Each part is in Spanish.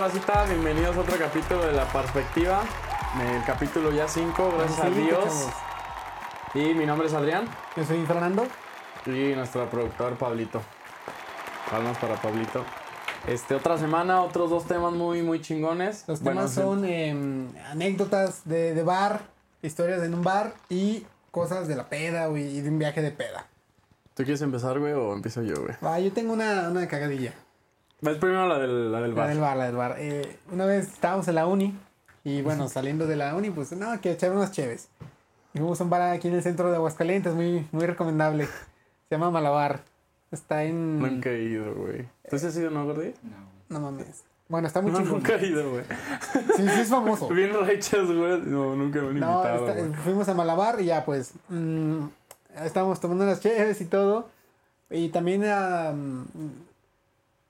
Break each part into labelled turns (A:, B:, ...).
A: racita? Bienvenidos a otro capítulo de La Perspectiva. El capítulo ya 5, gracias a
B: Sí,
A: Dios.
B: chavos.
A: Y mi nombre es Adrián.
B: Yo soy Fernando.
A: Y nuestro productor Pablito. Palmas para Pablito. Este, otra semana, otros dos temas muy, muy chingones.
B: Los
A: Bueno,
B: temas son em, anécdotas de, de bar, historias en un bar y cosas de la peda güey, y de un viaje de peda.
A: ¿Tú quieres empezar, güey, o empiezo yo, güey?
B: Ah, yo tengo una, una cagadilla.
A: Ves primero la del, la del
B: La
A: bar.
B: del bar, la del bar. Eh, una vez estábamos en la uni y bueno, saliendo de la uni, pues no, que echar unas cheves. Y fuimos a un bar aquí en el centro de Aguascalientes, muy, muy recomendable. Se llama Malabar. Está en...
A: Nunca he ido, güey. ¿Tú sí has ido, no, Gordy?
B: No mames. Bueno, está muy
A: No,
B: chingón.
A: nunca he ido, güey.
B: Sí, sí es famoso.
A: Bien rechas, güey. No, nunca me han
B: No,
A: invitado,
B: esta-
A: güey.
B: fuimos a Malabar y ya pues mm, estábamos tomando las cheves y todo. Y también ah, mm,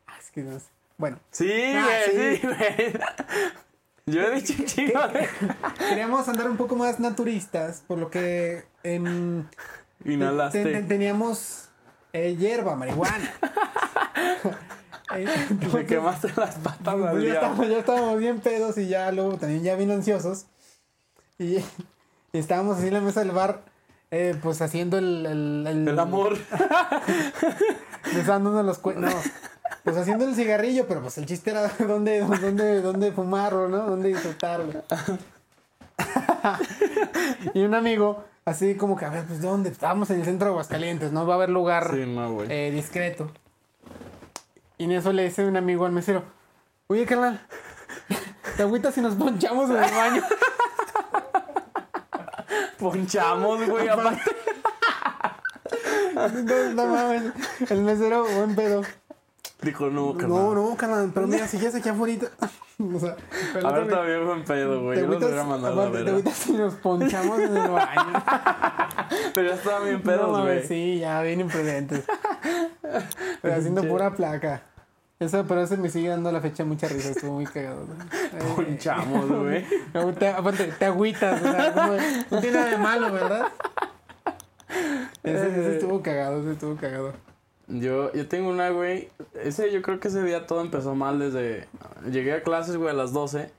B: ah, es que no sé. Bueno,
A: Sí, güey,
B: Ah,
A: sí,
B: sí.
A: güey. Yo he dicho un chingo de...
B: queríamos andar un poco más naturistas, por lo que em,
A: Inhalaste.
B: ten- ten- teníamos eh, hierba, marihuana. Eh,
A: Te
B: entonces-
A: quemaste las patas
B: Pues
A: al
B: ya,
A: diablo.
B: estábamos, ya estábamos bien pedos y ya luego también ya bien ansiosos. Y, y estábamos así en la mesa del bar, eh, pues haciendo el... El, el-
A: El amor.
B: Besándonos los cuernos. Pues haciendo el cigarrillo, pero pues el chiste era dónde, dónde, dónde fumarlo, ¿no? Dónde disfrutarlo. y un amigo, así como que, a ver, pues dónde, estábamos en el centro de Aguascalientes, ¿no? Va a haber lugar
A: Sí, no, güey.
B: eh, discreto. Y en eso le dice un amigo al mesero, oye, carnal, ¿te agüitas si nos ponchamos en el baño?
A: Ponchamos, güey, aparte.
B: No, no mames. El mesero, buen pedo.
A: Dijo, no, carnal.
B: No, no, carnal, pero mira, si ya se aquí afuera. O sea, pero
A: A ver,
B: el otro güey-
A: todavía buen pedo, güey.
B: Te
A: Yo los
B: agüitas-
A: hubiera mandado a la
B: aparte, te
A: verga.
B: agüitas si nos ponchamos en el baño.
A: Pero ya estaban bien
B: No
A: pedos,
B: mames,
A: güey.
B: sí, ya, bien imprudentes. Pero haciendo
A: Pinche.
B: pura placa. Eso, pero eso me sigue dando la fecha mucha risa, estuvo muy cagado. ¿no? Eh,
A: Ponchamos, güey.
B: luego te- aparte, te agüitas, o sea, como- no tiene nada de malo, ¿verdad? Ese,
A: Eh.
B: ese estuvo cagado, ese estuvo cagado.
A: Yo, yo tengo una, güey. Ese, yo creo que ese día todo empezó mal desde. Llegué a clases, güey, a las 12.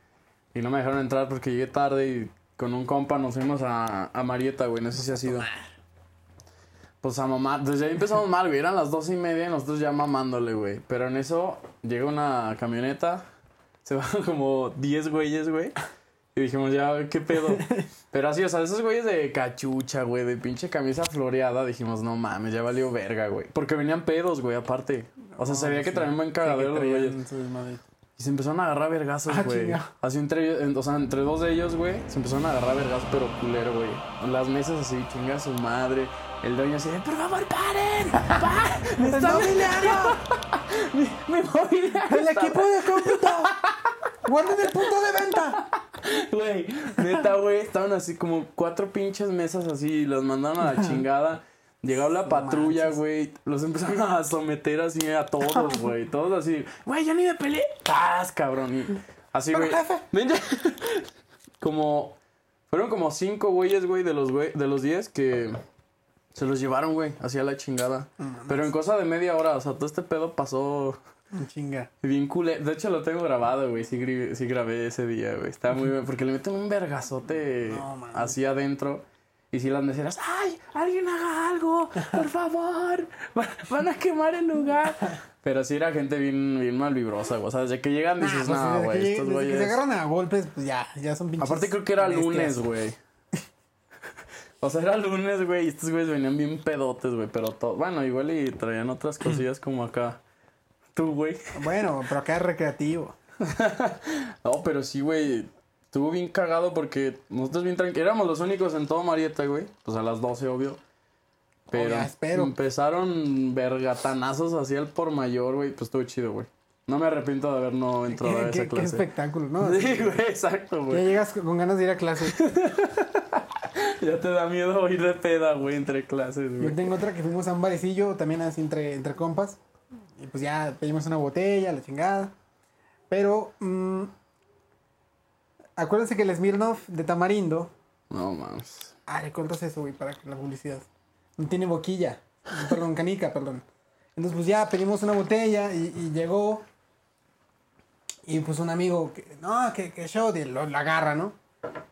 A: Y no me dejaron entrar porque llegué tarde y con un compa nos fuimos a, a Marieta, güey. No sé si ha sido. Pues a mamar. Desde ahí empezamos mal, güey. Eran las 12 y media y nosotros ya mamándole, güey. Pero en eso llega una camioneta. Se van como 10 güeyes, güey. Y dijimos, ya, ¿qué pedo? Pero así, o sea, esos güeyes de cachucha, güey, de pinche camisa floreada, dijimos, no mames, ya valió verga, güey. Porque venían pedos, güey, aparte. O sea, se veía que traían buen cagadero los güeyes. Y se empezaron a agarrar vergazos,
B: Ah,
A: güey.
B: chinga.
A: así entre ellos, en- o sea, entre dos de ellos, güey, se empezaron a agarrar vergazos, pero culero, güey. Las mesas así, chinga su madre. El dueño así, de, por favor, paren, paren, me están mi, mi mobiliario
B: ¡El
A: está-
B: equipo de cómputo! ¡Guarden el punto de venta!
A: Güey, neta, güey, estaban así como cuatro pinches mesas así, y las mandaron a la chingada. Llegó la patrulla, güey, los empezaron a someter así a todos, güey, todos así. Güey, yo ni me peleé. ¡Tas, cabrón! Y así, güey.
B: jefe.
A: Ven ya. Como, fueron como cinco güeyes, güey, de los güey, de los diez que se los llevaron, güey, hacia la chingada. Pero en cosa de media hora, o sea, todo este pedo pasó...
B: Chinga.
A: Bien culé. De hecho, lo tengo grabado, güey. Sí, gri- sí grabé ese día, güey. Estaba muy bien. Porque le meten un vergazote
B: No, mames.
A: así adentro. Y si las meseras, ¡ay! ¡Alguien haga algo! ¡Por favor! Va- ¡Van a quemar el lugar! Pero sí era gente bien, bien malvibrosa, güey. O sea, desde que llegan
B: Nah,
A: dices,
B: pues,
A: Ah, no,
B: desde que
A: güey,
B: lleg-
A: estos
B: desde que se
A: güeyes.
B: agarran a golpes, pues ya, ya son pinches.
A: Aparte, creo que era
B: bestias.
A: lunes, güey. O sea, era lunes, güey. Y estos güeyes venían bien pedotes, güey. Pero todo. Bueno, igual y traían otras cosillas como acá. Tú, güey.
B: Bueno, pero acá es recreativo.
A: No, pero sí, güey. Estuvo bien cagado porque nosotros bien tranquilos. Éramos los únicos en todo Marieta, güey. Pues a las 12, obvio. Pero
B: Obvio, Oh, espero.
A: empezaron vergatanazos así al por mayor, güey. Pues estuvo chido, güey. No me arrepiento de haber no entrado a esa
B: Qué, qué- qué
A: clase.
B: espectáculo, ¿no?
A: sí, güey, exacto,
B: Ya
A: güey.
B: llegas con ganas de ir a clase.
A: Ya te da miedo ir de peda, güey, entre clases,
B: Yo
A: güey.
B: tengo otra que fuimos a un barecillo, también así entre, entre compas. Y pues ya pedimos una botella, la chingada. Pero, mm, acuérdense que el Smirnoff de Tamarindo.
A: No mames.
B: Ah, le cortas eso, güey, para la publicidad. No tiene boquilla. Perdón, canica, perdón. Entonces, pues ya pedimos una botella y, y llegó. Y pues un amigo, que, no, que, que shot, y lo, lo agarra, ¿no?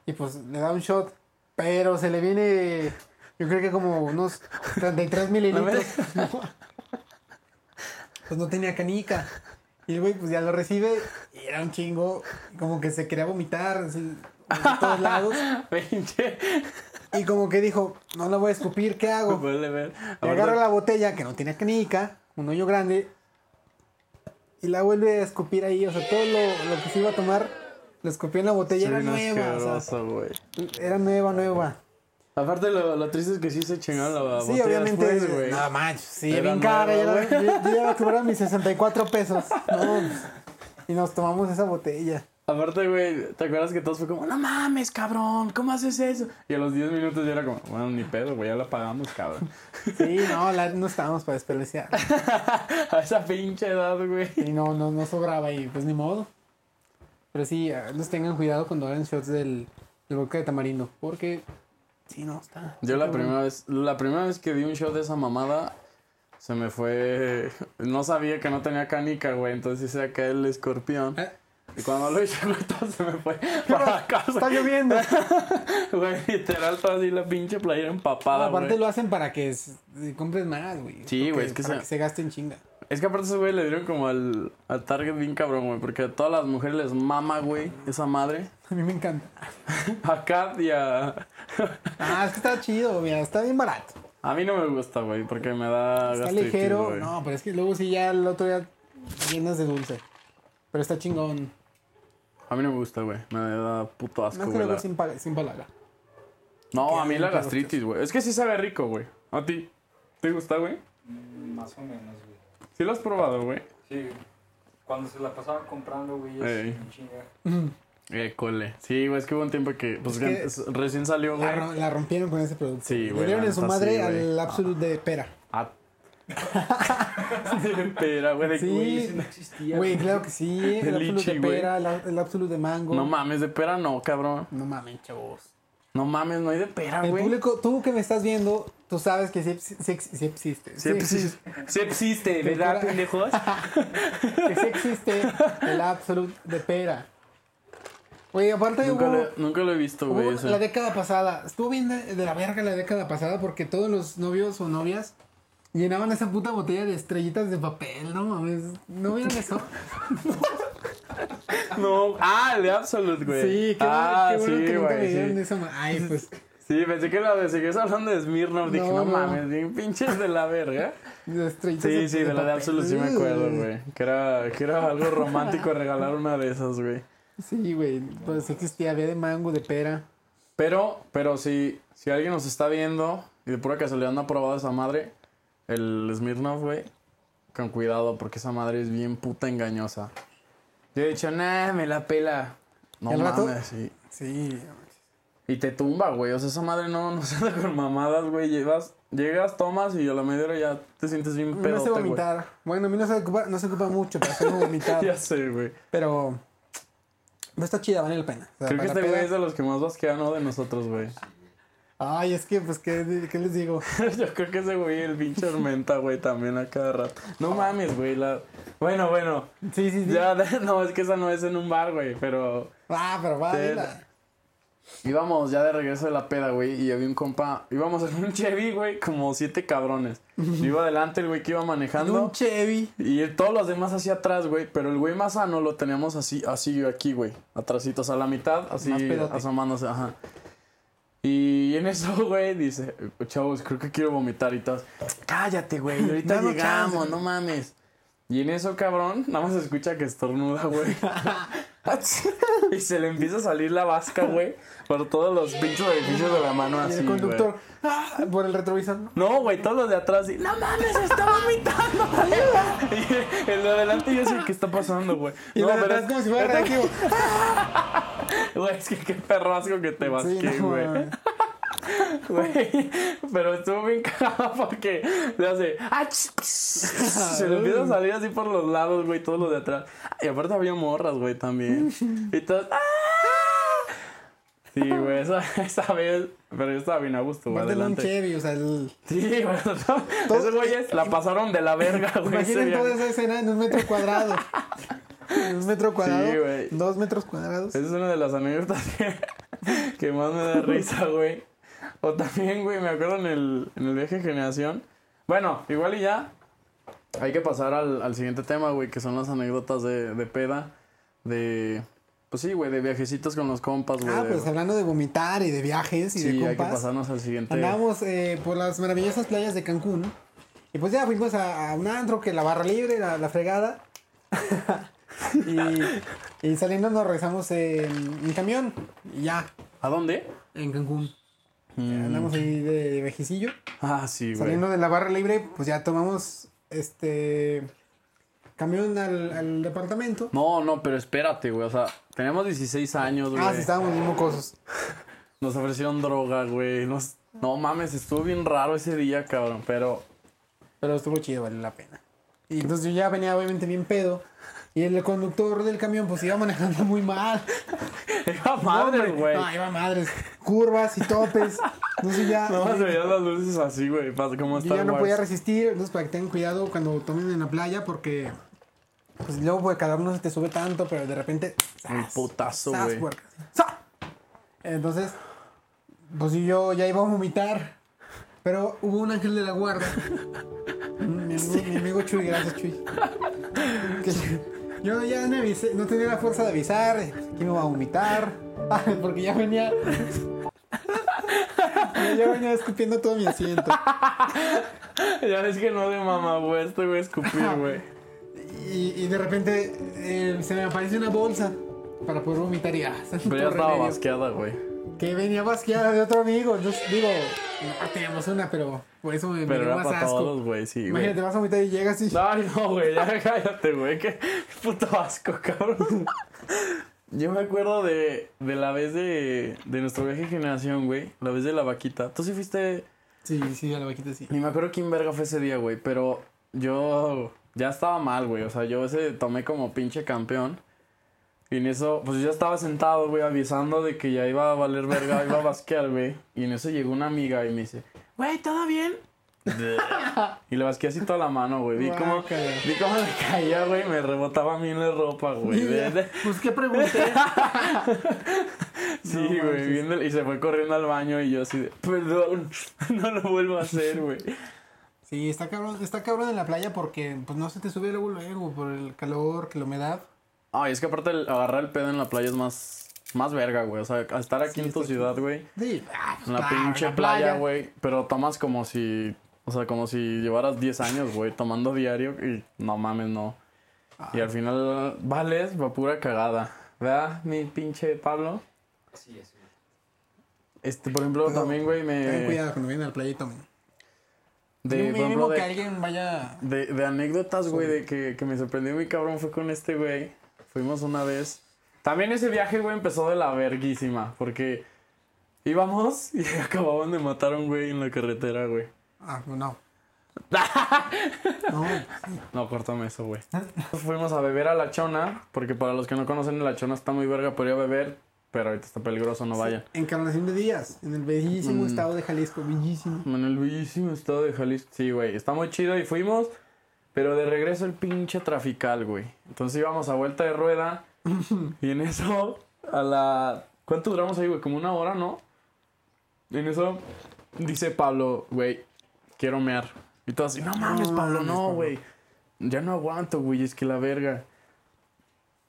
B: Y pues le da un shot, pero se le viene, yo creo que como unos 33 mililitros. pues no tenía canica. Y el güey pues ya lo recibe y era un chingo, como que se quería vomitar así, de todos lados.
A: Pinche.
B: Y como que dijo, no la voy a escupir, ¿qué hago?
A: Huele ver.
B: Le
A: Aparte-
B: Oh. agarro la botella que no tenía canica, un hoyo grande, y la vuelve a escupir ahí. O sea, todo lo, lo que se iba a tomar lo escupió en la botella.
A: Sí,
B: era
A: no,
B: nueva, o sea,
A: asqueroso, güey.
B: era nueva, nueva.
A: Aparte, lo, lo triste es que sí se chingaron la botella
B: sí, obviamente.
A: después, güey.
B: no manches, sí,
A: Era
B: bien cara.
A: nueva,
B: ya- Yo, yo ya cobraba mis 64 pesos. No, pues, y nos tomamos esa botella.
A: Aparte, güey, ¿te acuerdas que todos fue como, no mames, cabrón, ¿cómo haces eso? Y a los 10 minutos yo era como, bueno, ni pedo, güey, ya la pagamos, cabrón.
B: Sí, no, la- no estábamos para desperdiciar.
A: a esa pinche edad, güey.
B: Y no, no, no sobraba y pues ni modo. Pero sí, ah, nos tengan cuidado cuando hagan shots del, del vodka de tamarindo. Porque sí, no, está.
A: Yo la
B: está bueno.
A: primera vez, la primera vez que di un show de esa mamada, se me fue, no sabía que no tenía canica, güey, entonces hice acá el escorpión.
B: Eh.
A: Y cuando lo hice, güey, todo se me fue para la
B: Está
A: casa,
B: lloviendo.
A: Ah, güey, literal, toda así la pinche playera empapada,
B: Aparte
A: güey.
B: lo hacen para que s- eh, compres más, güey.
A: Sí,
B: Porque-
A: güey, es que
B: para
A: se-
B: que se gasten chinga.
A: Es que aparte ese güey le dieron como al, al target bien cabrón, güey, porque a todas las mujeres les mama, güey, esa madre.
B: A mí me encanta.
A: A Kat y a...
B: Ah, es que está chido, mira, está bien barato.
A: A mí no me gusta, güey, porque me da
B: Está
A: gastritis,
B: ligero.
A: güey.
B: No, pero es que luego sí ya el otro día llenas de dulce. Pero está chingón.
A: A mí no me gusta, güey. Me da puto asco,
B: No
A: güey.
B: creo
A: la-
B: que sin, pal- sin palabra.
A: No, a mí la
B: Quedan
A: gastritis, güey. Es que sí sabe rico, güey. ¿A ti? ¿Te gusta, güey?
C: Más o menos, güey.
A: ¿Sí lo has probado, güey?
C: Sí, cuando se la pasaban comprando, güey,
A: Ey.
C: es un chinga.
A: École. Sí, güey, es que hubo un tiempo que... Pues
B: Es que- Ah,
A: que recién salió, güey.
B: La, ro- la rompieron con ese producto.
A: Ah. Sí, güey,
B: Le dieron
A: la
B: en su
A: neta,
B: madre
A: sí, güey.
B: al Absolute de pera.
A: Ah. Espera, güey. de-
B: Sí.
C: Güey, ese no existía.
B: Güey, claro que sí. El
A: El
B: Absolute
A: lichi,
B: de
A: güey.
B: pera, el, el Absolute de mango.
A: No mames, de pera no, cabrón.
B: No mames, chavos.
A: No mames, no hay de pera,
B: El
A: Ah, güey.
B: público, tú que me estás viendo, tú sabes que sí, ex- sí ex- sí existe.
A: Sí, existe, sí existe, ¿verdad,
B: pura-
A: pendejos?
B: Que sí existe el Absolute de pera. Oye, aparte
A: Nunca
B: hubo,
A: lo, nunca lo he visto,
B: hubo
A: güey. ese.
B: la década pasada. Estuvo bien de, de la verga la década pasada porque todos los novios o novias llenaban esa puta botella de estrellitas de papel, ¿no mames? ¿No vieron eso?
A: No, ah, el de Absolute, güey.
B: Sí, qué,
A: ah,
B: bueno- qué bueno
A: sí,
B: que nunca
A: güey,
B: me dieron
A: sí.
B: esa ma- Ay, pues.
A: Sí, pensé que la de seguías hablando de Smirnoff. Dije,
B: No,
A: no,
B: no.
A: mames, bien pinches de la verga.
B: de estrellitas
A: Sí, sí, de la de
B: papel.
A: Absolute sí me acuerdo, güey. Que era, que era algo romántico regalar una de esas, güey.
B: Sí, güey. Pues sí existía, había de mango, de pera.
A: Pero, pero si, si alguien nos está viendo y de pura casualidad no ha probado esa madre, el Smirnoff, güey, con cuidado, porque esa madre es bien puta engañosa. Yo he dicho, nah, me la pela. No
B: ¿Y al rato?
A: mames, sí.
B: Sí.
A: Y te tumba, güey. O sea, esa madre no, no se anda con mamadas, güey. Llevas, llegas, tomas y a la media hora ya te sientes bien
B: Me hace
A: pedote, güey.
B: vomitar. Bueno, a mí no se ocupa, no se ocupa mucho para hacerme
A: Ya
B: vomitar.
A: sé, güey.
B: pero. No está chida, vale la pena. O sea,
A: Creo que este
B: para peda-
A: güey es de los que más basquean, ¿no? De nosotros, güey.
B: Ay, es que, pues, ¿qué, qué les digo?
A: Yo creo que ese güey, el pinche Armenta, güey, también a cada rato. No mames, güey. La... Bueno, bueno.
B: Sí, sí, sí.
A: Ya, no, es que esa no es en un bar, güey, pero...
B: Ah, pero va,
A: Te-
B: dila.
A: Íbamos ya de regreso de la peda, güey, y había un compa... Íbamos en un Chevy, güey, como siete cabrones. Yo iba adelante, el güey que iba
B: En
A: manejando...
B: un Chevy.
A: Y todos los demás hacia atrás, güey. Pero el güey más sano lo teníamos así, así aquí, güey. Atrasito, o sea, a la mitad, así
B: Más pedote.
A: asomándose, ajá. Y en eso, güey, dice, chavos, creo que quiero vomitar y todos. Cállate, güey, ahorita
B: Danos
A: llegamos,
B: chance.
A: no mames. Y en eso, cabrón, nada más se escucha que estornuda, güey. y se le empieza a salir la vasca, güey, por todos los pinchos edificios de la mano
B: Y
A: así,
B: el
A: güey.
B: conductor. Ah, por el retrovisor.
A: No, güey, todos los de atrás, sí, no mames, está vomitando. y el de adelante yo sé qué está pasando, güey.
B: Y
A: no,
B: el de atrás como si fuera reactivo.
A: Güey, es que qué perrasco que te vas,
B: Sí, no,
A: güey.
B: mames.
A: Güey, pero estuvo bien cagado porque le hace. "Ah, "Ach", Se le empieza a salir así por los lados, güey, todos los de atrás. Y aparte había morras, güey, también. Y todos. "Ah". Sí, güey, esa, esa vez. Pero yo estaba bien a gusto, güey.
B: Aparte en un
A: adelante.
B: Chevy, o sea, el.
A: Sí, güey. Esos güeyes la pasaron de la verga, güey. ese
B: Imaginen
A: viaje.
B: toda esa escena en un metro cuadrado. Un metro cuadrado.
A: Sí, güey.
B: dos metros cuadrados.
A: Esa es una de las anécdotas que, que más me da risa, güey. O también, güey, me acuerdo en el, en el viaje de generación. Bueno, igual y ya. Hay que pasar al, al siguiente tema, güey, que son las anécdotas de, de peda. De. Pues sí, güey, de viajecitos con los compas, güey.
B: Ah,
A: de-
B: pues hablando de vomitar y de viajes y
A: sí,
B: de
A: hay que
B: compas.
A: pasarnos al siguiente.
B: Andamos eh, por las maravillosas playas de Cancún. Y pues ya fuimos a, a un antro que la barra libre, la, la fregada. y, y saliendo nos regresamos en, en camión. Y ya.
A: ¿A dónde?
B: En Cancún.
A: Mm.
B: Andamos ahí de, de viajecillo.
A: Ah, sí, güey.
B: Saliendo de la barra libre, pues ya tomamos este camión al, al departamento.
A: No, no, pero espérate, güey. O sea, teníamos 16 años, güey.
B: Ah, sí, estábamos muy mocosos.
A: Nos ofrecieron droga, güey. Nos- No mames, estuvo bien raro ese día, cabrón. Pero
B: Pero estuvo chido, valió la pena. Y entonces yo ya venía obviamente bien pedo. Y el conductor del camión pues iba manejando muy mal.
A: Era
B: Hombre,
A: madre, güey.
B: No, iba madres. Curvas y topes. Entonces ya... eh,
A: No más veían las luces así, güey. pas- Como
B: Yo
A: Star
B: ya no
A: Wars.
B: podía resistir, entonces para que tengan cuidado cuando tomen en la playa porque pues luego por el calor no se te sube tanto, pero de repente
A: Un
B: ¡zas!
A: putazo,
B: ¡zas,
A: güey.
B: puerca! ¡Za! Entonces, pues yo ya iba a vomitar, pero hubo un ángel de la guarda. mi, ami- mi amigo Chuy, gracias Chuy. Que yo, yo ya me avisé, no tenía la fuerza de avisar, eh, que me iba a vomitar, porque ya venía... Yo venía escupiendo todo mi asiento.
A: Ya ves que no de mamá, güey. Este güey escupir, güey.
B: Y, y de repente eh, se me aparece una bolsa para poder vomitar y ah, santo
A: Pero ya estaba
B: remedio.
A: basqueada, güey.
B: Que venía basqueada de otro amigo. Entonces, digo, no teníamos una, pero por eso me, me
A: Pero
B: dio
A: era
B: más
A: para
B: asco.
A: todos, güey. Sí, güey.
B: Imagínate, vas a vomitar y llegas y.
A: Ay, no, güey, ya cállate, güey. Qué puto asco, cabrón. Yo me acuerdo de, de la vez de, de nuestro viaje de generación, güey. La vez de la vaquita. Tú sí fuiste.
B: Sí, sí, a la vaquita sí.
A: Ni me acuerdo quién verga fue ese día, güey. Pero yo ya estaba mal, güey. O sea, yo ese tomé como pinche campeón. Y en eso, pues yo ya estaba sentado, güey, avisando de que ya iba a valer verga, iba a basquear, güey. Y en eso llegó una amiga y me dice, güey, ¿todo bien? y le basqué así toda la mano, güey. Vi cómo,
B: Guácala.
A: vi cómo le caía, güey. Me rebotaba a mí en la ropa, güey. De- de-
B: Pues qué pregunté.
A: Sí,
B: No
A: güey,
B: manches.
A: bien del- y se fue corriendo al baño y yo así de, perdón, no lo vuelvo a hacer, güey.
B: Sí, está cabrón, está cabrón en la playa porque pues no se te sube luego luego por el calor, que la humedad.
A: Ay, es que aparte el- agarrar el pedo en la playa es más, más verga, güey. O sea, a estar aquí
B: Sí,
A: en tu
B: está
A: ciudad, güey.
B: Sí, ah, pues,
A: En la
B: claro,
A: pinche
B: la
A: playa, güey. Pero tomas como si, o sea, como si llevaras 10 años, güey, tomando diario y no mames, no. Y
B: Ah.
A: al final vales va pura cagada. ¿Verdad, mi pinche Pablo?
C: Así es, güey.
A: Este, por ejemplo,
B: Pero,
A: también, güey,
B: Ten
A: me...
B: cuidado cuando vienen a la playa y tomen.
A: De,
B: Ni
A: por
B: mínimo
A: ejemplo,
B: que
A: de,
B: alguien vaya.
A: De, de anécdotas, güey, de que, que me sorprendió mi cabrón fue con este güey. Fuimos una vez. También ese viaje, güey, empezó de la verguísima. Porque íbamos y acababan de matar a un güey en la carretera, güey.
B: Ah, no. no.
A: No, córtame eso, güey. Fuimos a beber a La Chona. Porque para los que no conocen, La Chona está muy verga, podría beber. Pero ahorita está peligroso, no vayan.
B: Encarnación de Díaz, en el bellísimo
A: Mm.
B: estado de Jalisco, bellísimo.
A: En el bellísimo estado de Jalisco. Sí, güey. Está muy chido y fuimos. Pero de regreso el pinche trafical, güey. Entonces íbamos a vuelta de rueda. y en eso, a la. ¿Cuánto duramos ahí, güey? Como una hora, ¿no? En eso dice Pablo, güey, quiero mear. Y todo así, no mames,
B: No
A: Pablo,
B: mames,
A: no,
B: Pablo.
A: güey. Ya no aguanto, güey, es que la verga.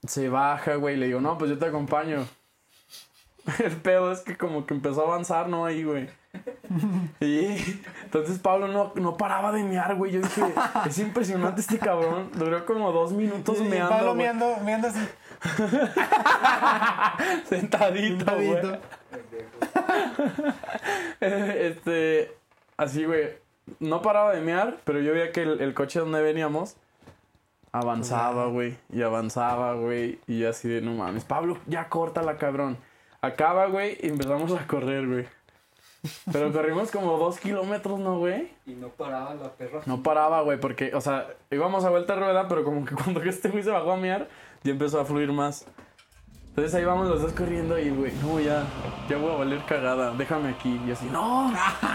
A: Se baja, güey, le digo, no, pues yo te acompaño. El pedo es que como que empezó a avanzar, ¿no? Ahí, güey. Y entonces Pablo no, no paraba de mear, güey. Yo dije, es impresionante este cabrón. Duró como dos minutos
B: Y
A: meando,
B: Pablo
A: güey.
B: meando, meando así,
A: Sentadito, güey.
B: sentadito.
C: Pendejo.
A: este, así, güey. No paraba de mear, pero yo veía que el, el coche donde veníamos avanzaba, güey. Y avanzaba, güey. Y yo así de, no mames. Pablo, ya corta la cabrón. Acaba, güey, y empezamos a correr, güey. Pero corrimos como dos kilómetros, ¿no, güey?
C: Y no paraba la perra.
A: No paraba, güey, porque, o sea, íbamos a vuelta de rueda, pero como que cuando este güey se bajó a mear, ya empezó a fluir más. Entonces ahí vamos los dos corriendo y, güey, no, ya, ya voy a valer cagada, déjame aquí. Y así, no,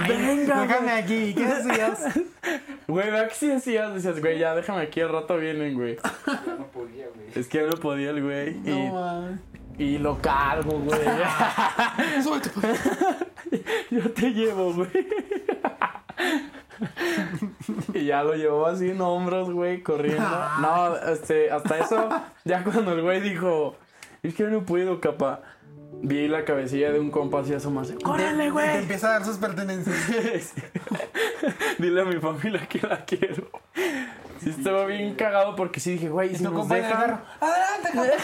A: venga,
B: Déjame
A: güey".
B: aquí, ¿qué decías?
A: Güey, vea que sí hacías, decías, güey, ya déjame aquí al rato vienen, güey.
C: Ya pues, no podía, güey.
A: Es que yo no podía el güey. y-
B: No, mames.
A: y, lo cargo, güey.
B: Súbete, pa.
A: yo te llevo, güey. y ya lo llevó así en hombros, güey, corriendo. No, este, hasta eso, ya cuando el güey dijo, es que yo no puedo, capa. Vi la cabecilla de un compa así asomarse. ¡Córrele,
B: Te
A: güey!
B: empieza a dar sus pertenencias.
A: Dile a mi familia que la quiero. Sí, estaba bien cagado porque sí dije, güey, si
B: Tu
A: nos
B: compa en el
A: dejan.
B: carro. ¡Adelante,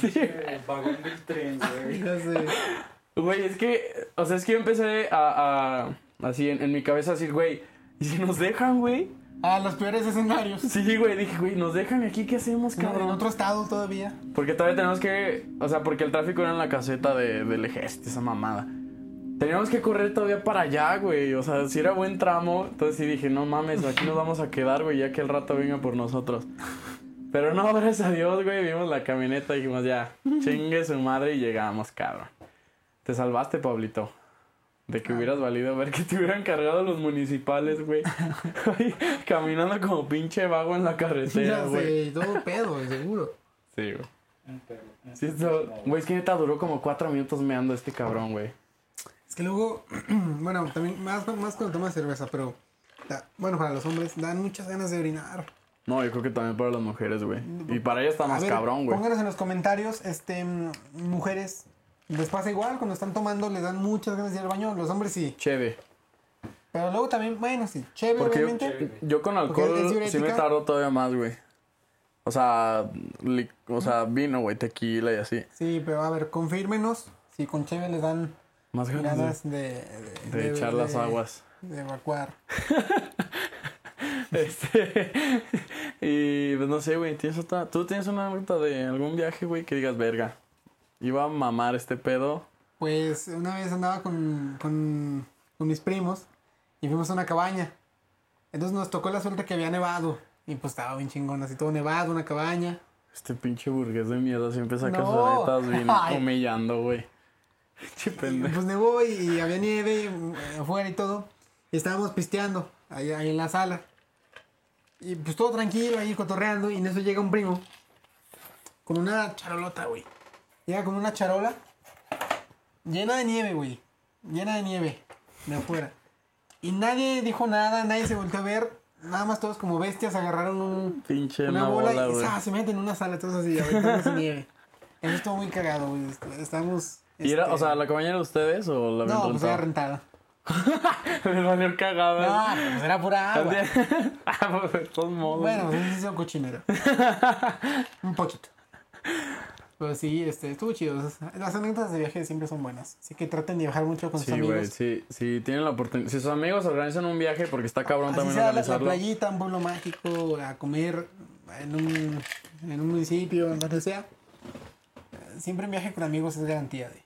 B: compa!
C: El vagón del tren, güey.
B: Ya sé.
A: Güey, es que, o sea, es que yo empecé a, a- así en, en mi cabeza a decir, güey, ¿y si nos dejan, güey?
B: A los peores escenarios.
A: Sí, güey, dije, güey, ¿nos dejan aquí? ¿Qué hacemos,
B: No,
A: cabrón?
B: en otro estado todavía.
A: Porque todavía tenemos que, o sea, porque el tráfico era en la caseta de, del Ejército, esa mamada. Teníamos que correr todavía para allá, güey, o sea, si era buen tramo, entonces sí dije, no mames, aquí nos vamos a quedar, güey, ya que el rato venga por nosotros. Pero no, gracias a Dios, güey, vimos la camioneta y dijimos, ya, chingue su madre y llegamos, cabrón. Te salvaste, Pablito. De que hubieras valido ver que te hubieran cargado los municipales, güey. Ahí, Caminando como pinche vago en la carretera,
B: Ya
A: güey.
B: sé, todo pedo, seguro.
A: Sí, güey.
C: Un perro. un
A: Sí,
C: perro,
A: esto,
C: no, güey.
A: güey, es que neta duró como cuatro minutos meando este cabrón, güey.
B: Es que luego, bueno, también más, más cuando tomas cerveza, pero da- bueno, para los hombres dan muchas ganas de orinar.
A: No, yo creo que también para las mujeres, güey. Y para ella está
B: A
A: más
B: ver,
A: cabrón, güey.
B: Pónganos en los comentarios, este, mm, mujeres, les pasa igual, cuando están tomando les dan muchas ganas de ir al baño, los hombres sí.
A: Cheve.
B: Pero luego también, bueno, sí, chévere,
A: Porque yo,
B: obviamente.
A: yo con
B: Porque
A: alcohol
B: es
A: sí me
B: diurética.
A: tardo todavía más, güey. O sea, li- o sea, vino, güey, tequila y así.
B: Sí, pero a ver, confírmenos si con chévere les dan
A: Más ganas
B: ganas de...
A: de, de echar las aguas.
B: De evacuar.
A: Este, y pues no sé, güey, ¿tienes otra? ¿Tú tienes una anécdota de algún viaje, güey, que digas, verga, iba a mamar este pedo?
B: Pues una vez andaba con, con, con mis primos y fuimos a una cabaña. Entonces nos tocó la suerte que había nevado. Y pues estaba bien chingón, así todo nevado, una cabaña.
A: Este pinche burgués de mierda siempre saca
B: No.
A: sus anetas bien
B: Ay.
A: humillando, güey. Pinche
B: Y,
A: pendejo.
B: pues nevó y, y había nieve eh, afuera y todo. Y estábamos pisteando ahí, ahí en la sala. Y pues todo tranquilo, ahí cotorreando. Y en eso llega un primo con una charolota, güey. Llega con una charola llena de nieve, güey. Llena de nieve de afuera. Y nadie dijo nada, nadie se volvió a ver. Nada más todos como bestias agarraron un,
A: Pinche
B: una, bola, y
A: güey.
B: ¡zas! se meten en una sala todos así, aventándose nieve. Eso estuvo muy cagado, güey. est- Estamos.
A: ¿Y era, o
B: este,
A: sea, la cabaña era de ustedes o la
B: no,
A: habían
B: pues era
A: rentado?
B: rentada.
A: Les valió cagada.
B: No, pues era pura agua.
A: Ah, pues, de todos modos.
B: Bueno, sí se hizo cochinero. Un poquito. Pero sí, este, estuvo chido. O sea, Las anécdotas de viaje siempre son buenas. Así que traten de viajar mucho con sus
A: Sí, güey,
B: amigos.
A: sí, sí, tienen la oportunidad. Si sus amigos organizan un viaje, porque está cabrón
B: Así
A: también
B: sea la, la
A: organizarlo.
B: playita, un pueblo mágico, a comer en un, en un municipio, en donde sea. Eh, Siempre un viaje con amigos es garantía de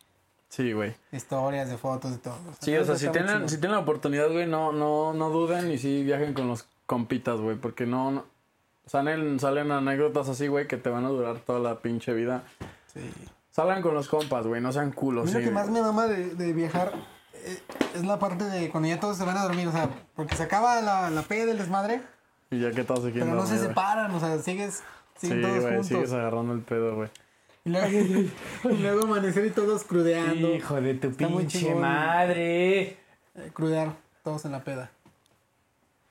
A: Sí, güey.
B: historias, de fotos, de todo.
A: Sí, o sea, si
B: está muy
A: tienen,
B: chido.
A: si tienen la oportunidad, güey, no, no, no duden y sí viajen con los compitas, güey, porque no, no- salen, salen anécdotas así, güey, que te van a durar toda la pinche vida.
B: Sí.
A: Salgan con los compas, güey, no sean
B: A
A: culos.
B: mí
A: Sí,
B: lo que
A: güey.
B: más me mama de, de viajar eh, es la parte de cuando ya todos se van a dormir, o sea, porque se acaba la, la peda, el desmadre,
A: Y ya que todos se
B: pero
A: quieren
B: no se
A: dormir, güey.
B: separan, o sea, sigues, siguen
A: Sí,
B: todos
A: güey, sigues
B: juntos.
A: agarrando el pedo, güey.
B: Y luego, y luego amanecer y todos crudeando,
A: de tu
B: Está muy pinche chingón.
A: madre.
B: eh, crudear todos en la peda.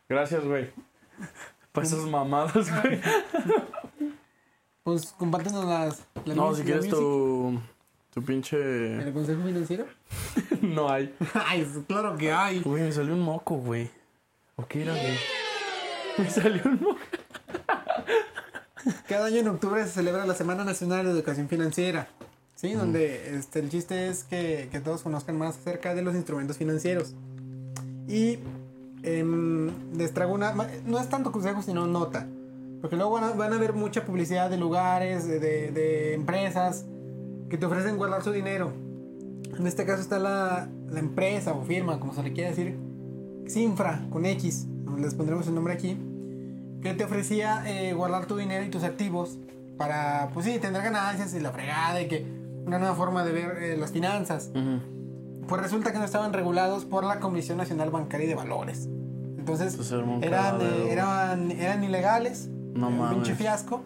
A: Gracias, güey. Para esas mamadas, güey.
B: Pues compártenos las... la
A: No,
B: mus-
A: si
B: la
A: quieres
B: music,
A: tu, tu pinche...
B: ¿El consejo financiero?
A: No hay.
B: Ay, pues, claro que hay.
A: Güey, me salió un moco, güey. ¿O qué era, güey? Me salió un moco.
B: Cada año en octubre se celebra la Semana Nacional de Educación Financiera. Sí, donde este, el chiste es que, que todos conozcan más acerca de los instrumentos financieros. Y em, les traigo una... ma- No es tanto consejo, sino nota. Porque luego van a, van a ver mucha publicidad de lugares, de, de- de empresas que te ofrecen guardar su dinero. En este caso está la, la empresa o firma, como se le quiera decir, Sinfra, con X. Les pondremos el nombre aquí que te ofrecía eh, guardar tu dinero y tus activos para, pues sí, tener ganancias y la fregada y que una nueva forma de ver eh, las finanzas. Pues resulta que no estaban regulados por la Comisión Nacional Bancaria y de Valores, Entonces,
A: Eso se armó un
B: eran,
A: cagadero.
B: eh, eran, eran ilegales.
A: No
B: un
A: mames.
B: pinche fiasco.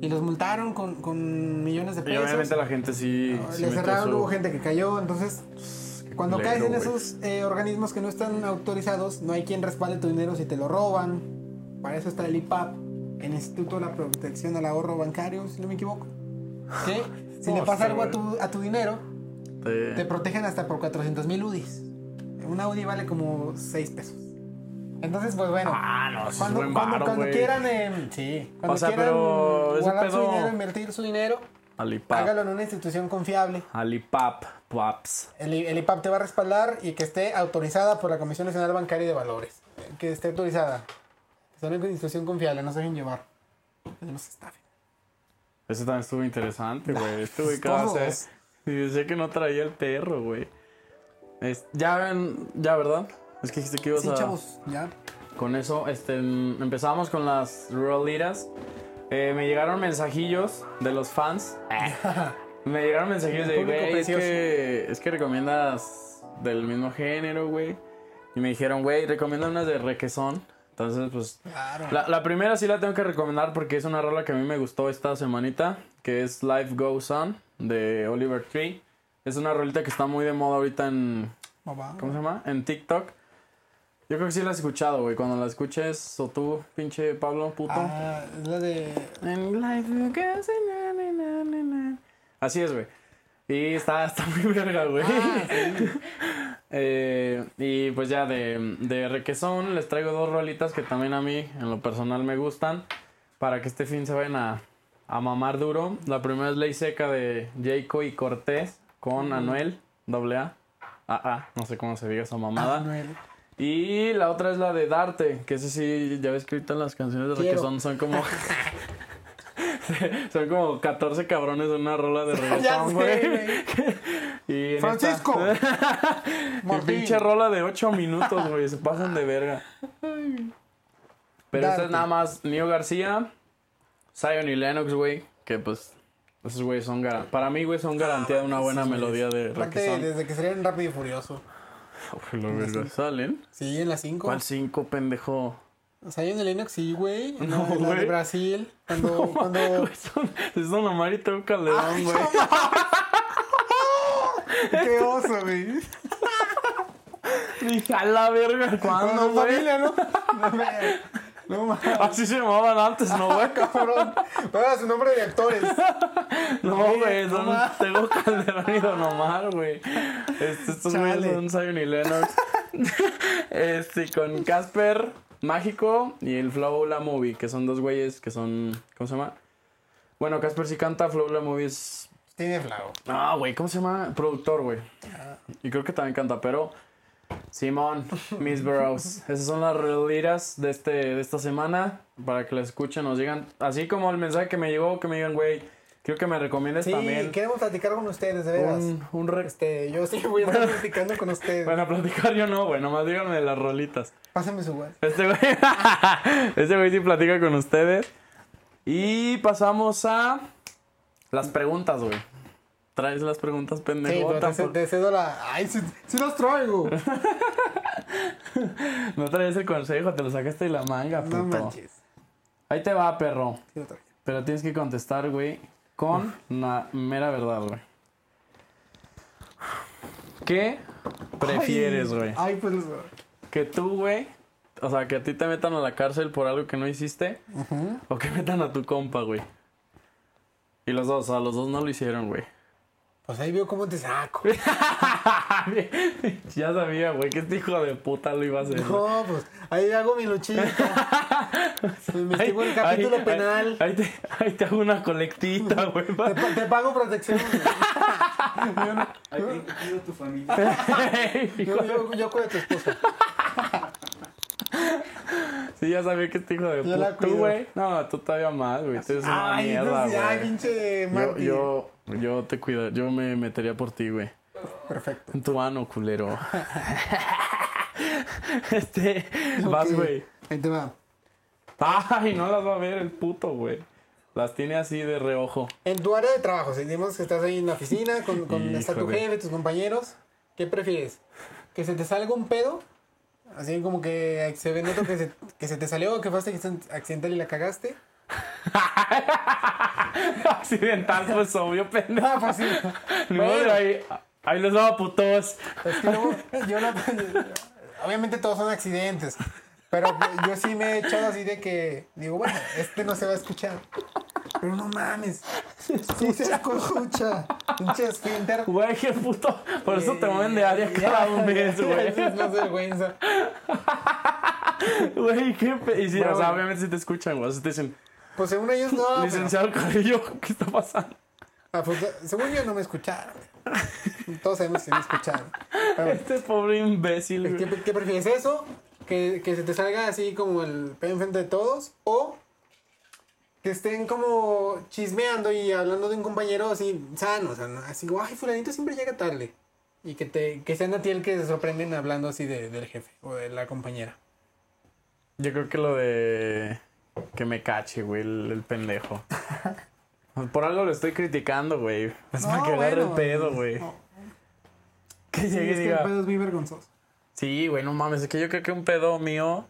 B: Y los multaron con, con millones de
A: Y obviamente
B: pesos.
A: la gente sí.
B: Ah,
A: sí
B: Le
A: metió
B: cerraron,
A: su-
B: hubo gente que cayó. Entonces,
A: Qué
B: cuando
A: culero,
B: caes en
A: güey.
B: esos eh, organismos que no están autorizados, no hay quien respalde tu dinero si te lo roban. Para eso está el IPAP, el Instituto de la Protección al Ahorro Bancario, si no me equivoco. Que si le
A: Hostia,
B: pasa algo a
A: güey.
B: tu, a tu dinero,
A: Te-
B: te protegen hasta por 400 mil UDIs. Un UDI vale como 6 pesos. Entonces, pues bueno.
A: Ah, no, eso es
B: Cuando,
A: buen
B: cuando-
A: varo,
B: cuando
A: güey.
B: quieran, em, sí, cuando
A: O sea,
B: quieran
A: pero ese
B: guardar su
A: pedo-
B: dinero, invertir su dinero,
A: Alipap.
B: hágalo en una institución confiable.
A: Alipap. Paps.
B: El, I- el IPAP te va a respaldar y que esté autorizada por la Comisión Nacional Bancaria y de Valores. Que esté autorizada. Que sea una institución confiable, no se dejen llevar. Que no se estafen.
A: Eso también estuvo interesante, güey. Este güey cada
B: Ah, todos.
A: vez. Y decía que no traía el perro, güey. Es- ya ven, ya, ¿verdad? Es que dijiste que ibas
B: Sí,
A: a.
B: chavos, ya.
A: Con eso, este, em, empezamos con las rolitas. Eh, me llegaron mensajillos de los fans. me llegaron mensajillos de,
B: El público
A: güey, es
B: precioso".
A: que, es que recomiendas del mismo género, güey. Y me dijeron, güey, recomienda unas de requesón. Entonces, pues,
B: Claro.
A: la, la primera sí la tengo que recomendar porque es una rola que a mí me gustó esta semanita, que es Life Goes On de Oliver Tree. Es una rolita que está muy de moda ahorita en,
B: Mamá.
A: ¿Cómo se llama? En TikTok. Yo creo que sí la has escuchado, güey. Cuando la escuches, o tú, pinche Pablo, puto.
B: Ah, es la de.
A: En life goes on, na, na, na, na. Así es, güey. Y está, está muy verga, güey.
B: Ah,
A: Eh, y pues ya de, de requesón les traigo dos rolitas que también a mí en lo personal me gustan para que este fin se vayan a, a mamar duro. La primera es Ley Seca de Jayco y Cortés con Anuel, doble A. Ah, ah, no sé cómo se diga esa mamada.
B: Manuel.
A: Y la otra es la de Darte, que ese sí, ya ves que ahorita las canciones de
B: Quiero.
A: reggaetón son como... son como 14 cabrones de una rola de
B: Ya sé,
A: reggaetón, güey.
B: güey.
A: Y en esta-
B: Francisco.
A: y
B: Martín.
A: pinche rola de 8 minutos, güey, se pasan de verga. Pero esta es
B: Darte.
A: nada más Nio García, Zion y Lennox, güey, que pues... Esos güeyes son... gar- Para mí, güey, son garantía de una buena melodía de
B: Aparte,
A: reggaetón.
B: desde que salieron rápido y furioso.
A: Uy, lo verga. ¿Salen?
B: Sí, en las 5.
A: ¿Cuál 5, pendejo?
B: O sea, hay en el Linux, sí, güey. en
A: No,
B: la- en la de
A: güey.
B: Brasil. Cuando. cuando...
A: Es Don- Es Don Omar y Teo Calderón, güey.
B: ¡Qué oso, güey!
A: Dije, a la verga,
B: Cuando
A: ¿cuándo, güey?
B: familia, ¿no? No, me- no mames.
A: Así se llamaban antes, ¿no, güey?
B: Cabrón. Pero su nombre de actores.
A: No, güey,
B: No
A: Don
B: mames.
A: Teo Calderón y Don Omar, güey. Este, estos
B: Chale.
A: güeyes son Zion y Lennox. Este, con Casper Mágico y el Flow La Movie, que son dos güeyes que son... ¿Cómo se llama? Bueno, Casper sí canta, Flow La Movie es
B: Tiene flau.
A: Ah, güey, ¿cómo se llama? Productor, güey. Y creo que también canta, pero. Simón, Miss Bros. Esas son las reliras de, este, de esta semana. Para que la escuchen, nos digan. Así como el mensaje que me llegó, que me digan, güey, creo que me recomiendes
B: Sí,
A: también.
B: queremos platicar con ustedes, de veras.
A: Un, un re-
B: Este, yo sí voy a estar platicando con ustedes.
A: Bueno, platicar yo no, güey. Nomás díganme de las rolitas.
B: Pásenme su web.
A: Este güey. este güey sí platica con ustedes. Y pasamos a. Las preguntas, güey. Traes las preguntas, pendejo.
B: Sí, pero te, ce-
A: Tampoco-
B: te cedo la. ¡Ay, sí, sí los traigo!
A: No traes el consejo, te lo sacaste de la manga, puto.
B: No manches.
A: Ahí te va, perro.
B: Sí lo traigo.
A: Pero tienes que contestar, güey, con la mera verdad, güey. ¿Qué prefieres,
B: Ay,
A: güey?
B: Ay, pues. los-
A: Que tú, güey, o sea, que a ti te metan a la cárcel por algo que no hiciste,
B: Ujú.
A: o que metan a tu compa, güey. Y los dos, o sea, los dos no lo hicieron, güey.
B: Pues ahí veo cómo te saco.
A: Ah, ya sabía, güey, que este hijo de puta lo iba a hacer. güey.
B: No, pues ahí hago mi luchita. Pues, Me investigo el
A: Ay,
B: capítulo
A: ay,
B: penal.
A: Ahí, te, ahí te hago una colectita, güey. pa-
B: Te, pa- te pago protección.
C: Ahí te cuido tu familia.
B: Yo, yo, yo cuido a tu esposa.
A: sí, ya sabía que este hijo de
B: Yo la
A: puta. Tú,
B: cuido.
A: güey. No, tú todavía más, güey. Tú eres una
B: Ay,
A: mierda,
B: entonces, ay,
A: güey.
B: pinche
A: Yo,
B: Marty.
A: yo, yo te cuido. Yo me metería por ti, güey.
B: Perfecto.
A: En tu mano, culero. este, vas,
B: Ok,
A: güey.
B: Ahí te va.
A: Ay, no las va a ver el puto, güey. Las tiene así de reojo.
B: En tu área de trabajo, si digamos que estás ahí en la oficina, con, con está tu
A: Híjole.
B: jefe, tus compañeros, ¿qué prefieres? ¿Que se te salga un pedo Así como que se ve otro que se, que se te salió, que fuiste accidental y la cagaste.
D: Accidental, pues obvio, pendejo.
B: No, pues sí.
D: Ni modo, ahí, ahí los va, putos.
B: Es que luego, yo no. Obviamente todos son accidentes. Pero yo sí me he echado así de que. Digo, bueno, este no se va a escuchar. Pero no mames. Sí se la escucha. Pinche Splinter.
D: Güey, qué puto. Por eso te mueven de
B: Eh,
D: área cada un mes, güey.
B: Eso es más vergüenza.
D: Güey, qué pe... Y sí,
A: Bueno,
D: o sea,
A: bueno.
D: obviamente si te escuchan, güey. Si te dicen,
B: Pues según ellos no. pero-
D: licenciado Carrillo, ¿qué está pasando?
B: Ah, pues, según yo no me escucharon. Todos sabemos que no me escucharon. Pero bueno.
D: Este pobre imbécil, güey.
B: ¿Qué, qué prefieres eso? ¿Que, que se te salga así como el pedo enfrente de todos. O que estén como chismeando y hablando de un compañero así sano. O sea, ¿no? así, ay, fulanito siempre llega tarde. Y que, te, que sean a ti el que se sorprenden hablando así de- del jefe o de la compañera.
A: Yo creo que lo de que me cache, güey, el, el pendejo. Por algo lo estoy criticando, güey. Es para
B: No,
A: que agarre
B: bueno.
A: el pedo, güey.
B: No.
A: Que
B: Sí,
A: llegue y
B: es que el
A: diga.
B: pedo es muy vergonzoso.
A: Sí, güey, no mames. Es que yo creo que un pedo mío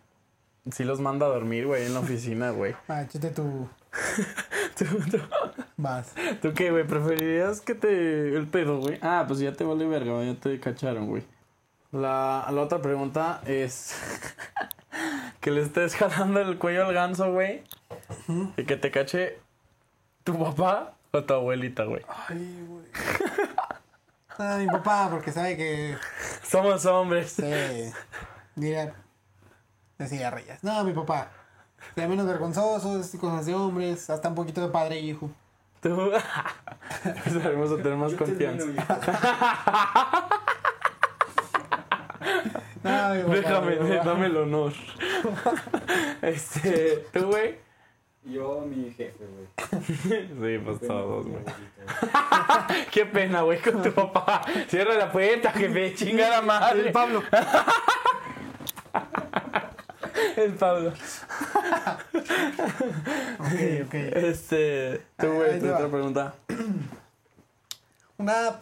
A: sí los manda a dormir, güey, en la oficina, güey.
B: Ah, chiste tú.
A: ¿Tú, tú,
B: Vas.
A: tú qué, güey? ¿Preferirías que te. el pedo, güey? Ah, pues ya te vale verga, güey, ya te cacharon, güey. La, la otra pregunta es. que le estés jalando el cuello al ganso, güey. Y que te cache tu papá o tu abuelita, güey.
B: Ay, güey. Ay, mi papá, porque sabe que
A: Somos hombres.
B: Sí. Mira, decía Reyes. No, mi papá. De menos vergonzosos, cosas de hombres, hasta un poquito de padre y hijo.
A: Tú. Empezaremos a tener más
C: Yo
A: confianza.
C: termino, hijo.
B: No, mi papá,
A: Déjame,
B: mi papá.
A: dame el honor. este, tú, güey.
C: Yo, mi jefe, güey.
A: Sí, pues todos, güey.
C: güey.
A: Qué pena, güey, con tu papá. Cierra la puerta, que me chinga la madre. El Pablo. El Pablo.
B: Ok, ok.
A: Este. Tú,
B: Ahí
A: güey,
B: te
A: te
B: va.
A: otra pregunta.
B: Una.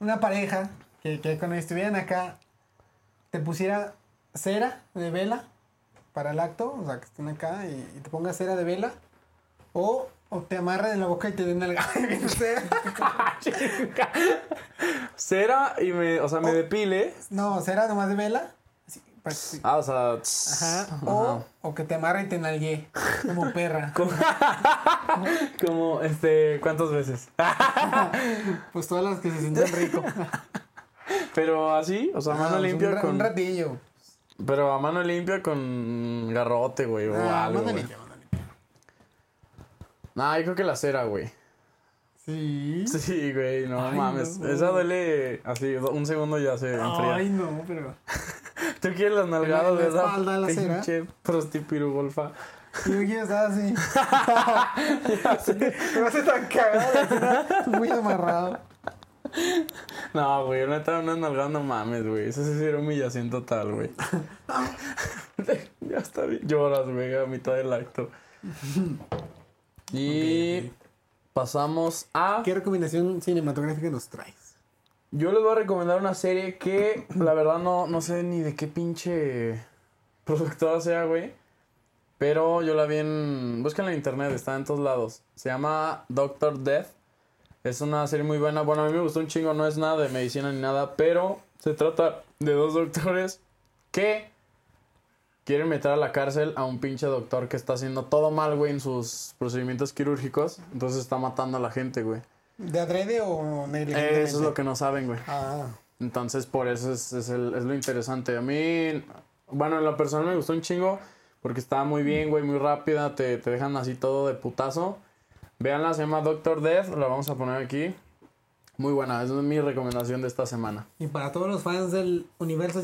B: Una pareja que, que cuando estuvieran acá te pusiera cera de vela para el acto, o sea, que estén acá y, y te ponga cera de vela, o, o te amarran en la boca y te den algo.
A: Cera y me. O sea,
B: Oh.
A: me depile.
B: no, cera nomás de vela. Así, para que-
A: Ah, o sea. tss,
B: Ajá. O, o que te amarre y te nalgue como perra.
A: Como, este. ¿Cuántas veces?
B: Pues todas las que se sienten rico.
A: Pero así, o sea, a
B: Ah,
A: mano
B: pues un,
A: limpia
B: ra-
A: con.
B: un ratillo.
A: Pero a mano limpia con garrote, güey, o
B: Ah,
A: algo.
B: mándale,
A: güey.
B: mándale.
A: Nah, yo creo que la cera, güey.
B: Sí.
A: Sí, güey, no
B: Ay,
A: mames.
B: no.
A: Esa duele así, do- un segundo ya se enfría.
B: Ay, no, pero.
A: ¿Tú quieres las
B: En
A: nalgadas
B: la
A: de esa
B: espalda de la cera.
A: pinche prostipirugolfa?
B: Yo quiero estar así. Me vas a estar cagado. la verdad. Muy amarrado.
A: No, güey, neta, una nalgada no mames, güey. Eso sí sería humillación total, güey. ya está bien. Lloras, güey, a mitad del acto. Y pasamos a...
B: ¿Qué recomendación cinematográfica nos traes?
A: Yo les voy a recomendar una serie que la verdad no, no sé ni de qué pinche productora sea, güey. Pero yo la vi en... Búsquenla en internet, está en todos lados. Se llama Doctor Death. Es una serie muy buena. Bueno, a mí me gustó un chingo, no es nada de medicina ni nada, pero se trata de dos doctores que quieren meter a la cárcel a un pinche doctor que está haciendo todo mal, güey, en sus procedimientos quirúrgicos. Entonces está matando a la gente, güey.
B: ¿De adrede o negligentemente?
A: Eso es lo que no saben, güey.
B: Ah,
A: Entonces, por eso es, es el- es lo interesante. A mí, bueno, en lo personal me gustó un chingo porque estaba muy bien, güey, muy rápida. Te, te dejan así todo de putazo. Veanla, se llama Doctor Death, la vamos a poner aquí. Muy buena, esa es mi recomendación de esta semana.
B: y para todos los fans del universo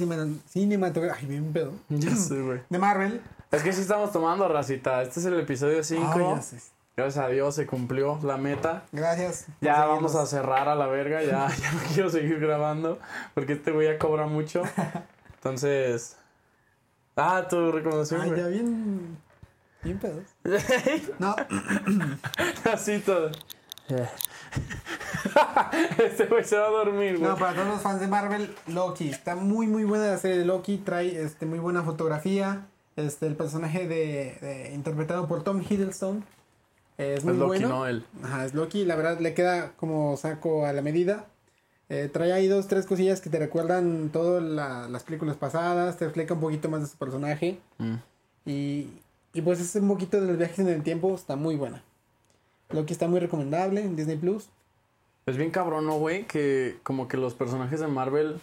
B: cinematográfico. Ay, bien pedo.
A: Ya sé, güey.
B: De Marvel. Ah,
A: Es que sí estamos tomando, racita. Este es el episodio 5.
B: Ay, ya sé.
A: Gracias a Dios se cumplió la meta.
B: Gracias. por
A: Ya vamos a
B: seguirnos.
A: cerrar a la verga, ya, ya no quiero seguir grabando porque este güey ya cobra mucho. Entonces. Ah, tu recomendación,
B: Ay, ya
A: güey.
B: bien. Bien pedos. No,
A: Así todo. Este güey se va a dormir, güey.
B: No, para todos los fans de Marvel, Loki. Está muy, muy buena la serie de Loki. Trae este, muy buena fotografía. Este, el personaje de, de- interpretado por Tom Hiddleston. eh, Es muy
A: es Loki,
B: bueno.
A: no él.
B: Ajá, es Loki, la verdad le queda como saco a la medida. Eh, trae ahí dos, tres cosillas que te recuerdan todas las películas pasadas, te explica un poquito más de su personaje.
A: Mm.
B: Y, y pues es un poquito de los viajes en el tiempo, está muy buena. Loki está muy recomendable en Disney Plus.
A: Es bien cabrón, ¿no, güey? Que como que los personajes de Marvel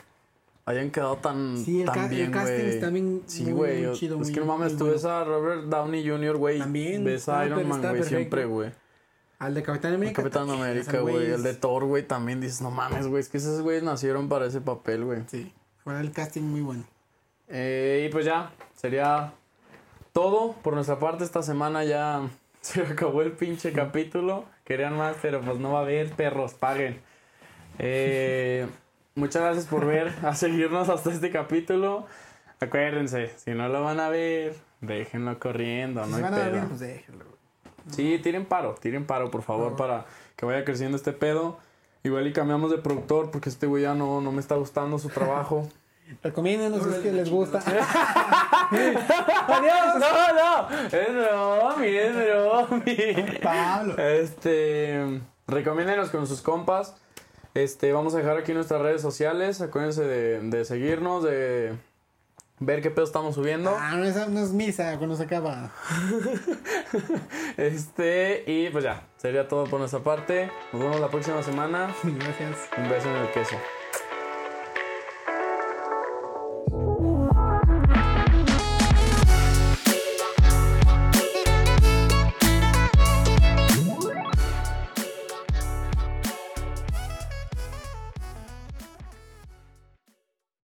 A: hayan quedado tan,
B: Sí, el
A: tan
B: ca- el
A: bien,
B: casting
A: güey.
B: está bien-
A: sí,
B: muy,
A: güey.
B: muy
A: o-
B: chido,
A: es
B: muy-
A: que no mames,
B: muy
A: tú
B: bueno.
A: ves a Robert Downey Jr., güey.
B: También,
A: Ves a
B: no,
A: Iron
B: pero
A: Man,
B: está
A: güey,
B: perfecto.
A: siempre, güey.
B: Al de Capitán
A: El
B: América.
A: Capitán
B: también,
A: América,
B: ese
A: güey.
B: es-
A: El de Thor, güey, también dices, no mames, güey. Es que esos güeyes nacieron para ese papel, güey.
B: Sí, bueno, el casting muy bueno.
A: Eh, y pues ya, sería todo por nuestra parte. Esta semana ya se acabó el pinche capítulo. Querían más, pero pues no va a haber, perros, paguen. Eh, muchas gracias por ver, a seguirnos hasta este capítulo. Acuérdense, si no lo van a ver, déjenlo corriendo,
B: Si
A: no
B: se
A: hay
B: van a dormir,
A: pedo.
B: pues déjenlo. güey.
A: Sí, tiren paro, tiren paro, por favor, para que vaya creciendo este pedo. Igual y cambiamos de productor porque este güey ya no, no me está gustando su trabajo.
B: Recomiéndenos si es que les gusta.
A: ¡Adiós! No, no. Es bromi, es bromi.
B: Pablo.
A: Este. Recomiéndenos con sus compas. Este, vamos a dejar aquí nuestras redes sociales. Acuérdense de, de seguirnos, de ver qué pedo estamos subiendo.
B: Ah, no, esa no es misa cuando se acaba.
A: Este, y pues ya, sería todo por nuestra parte. Nos vemos la próxima semana.
B: Gracias.
A: Un beso en el queso.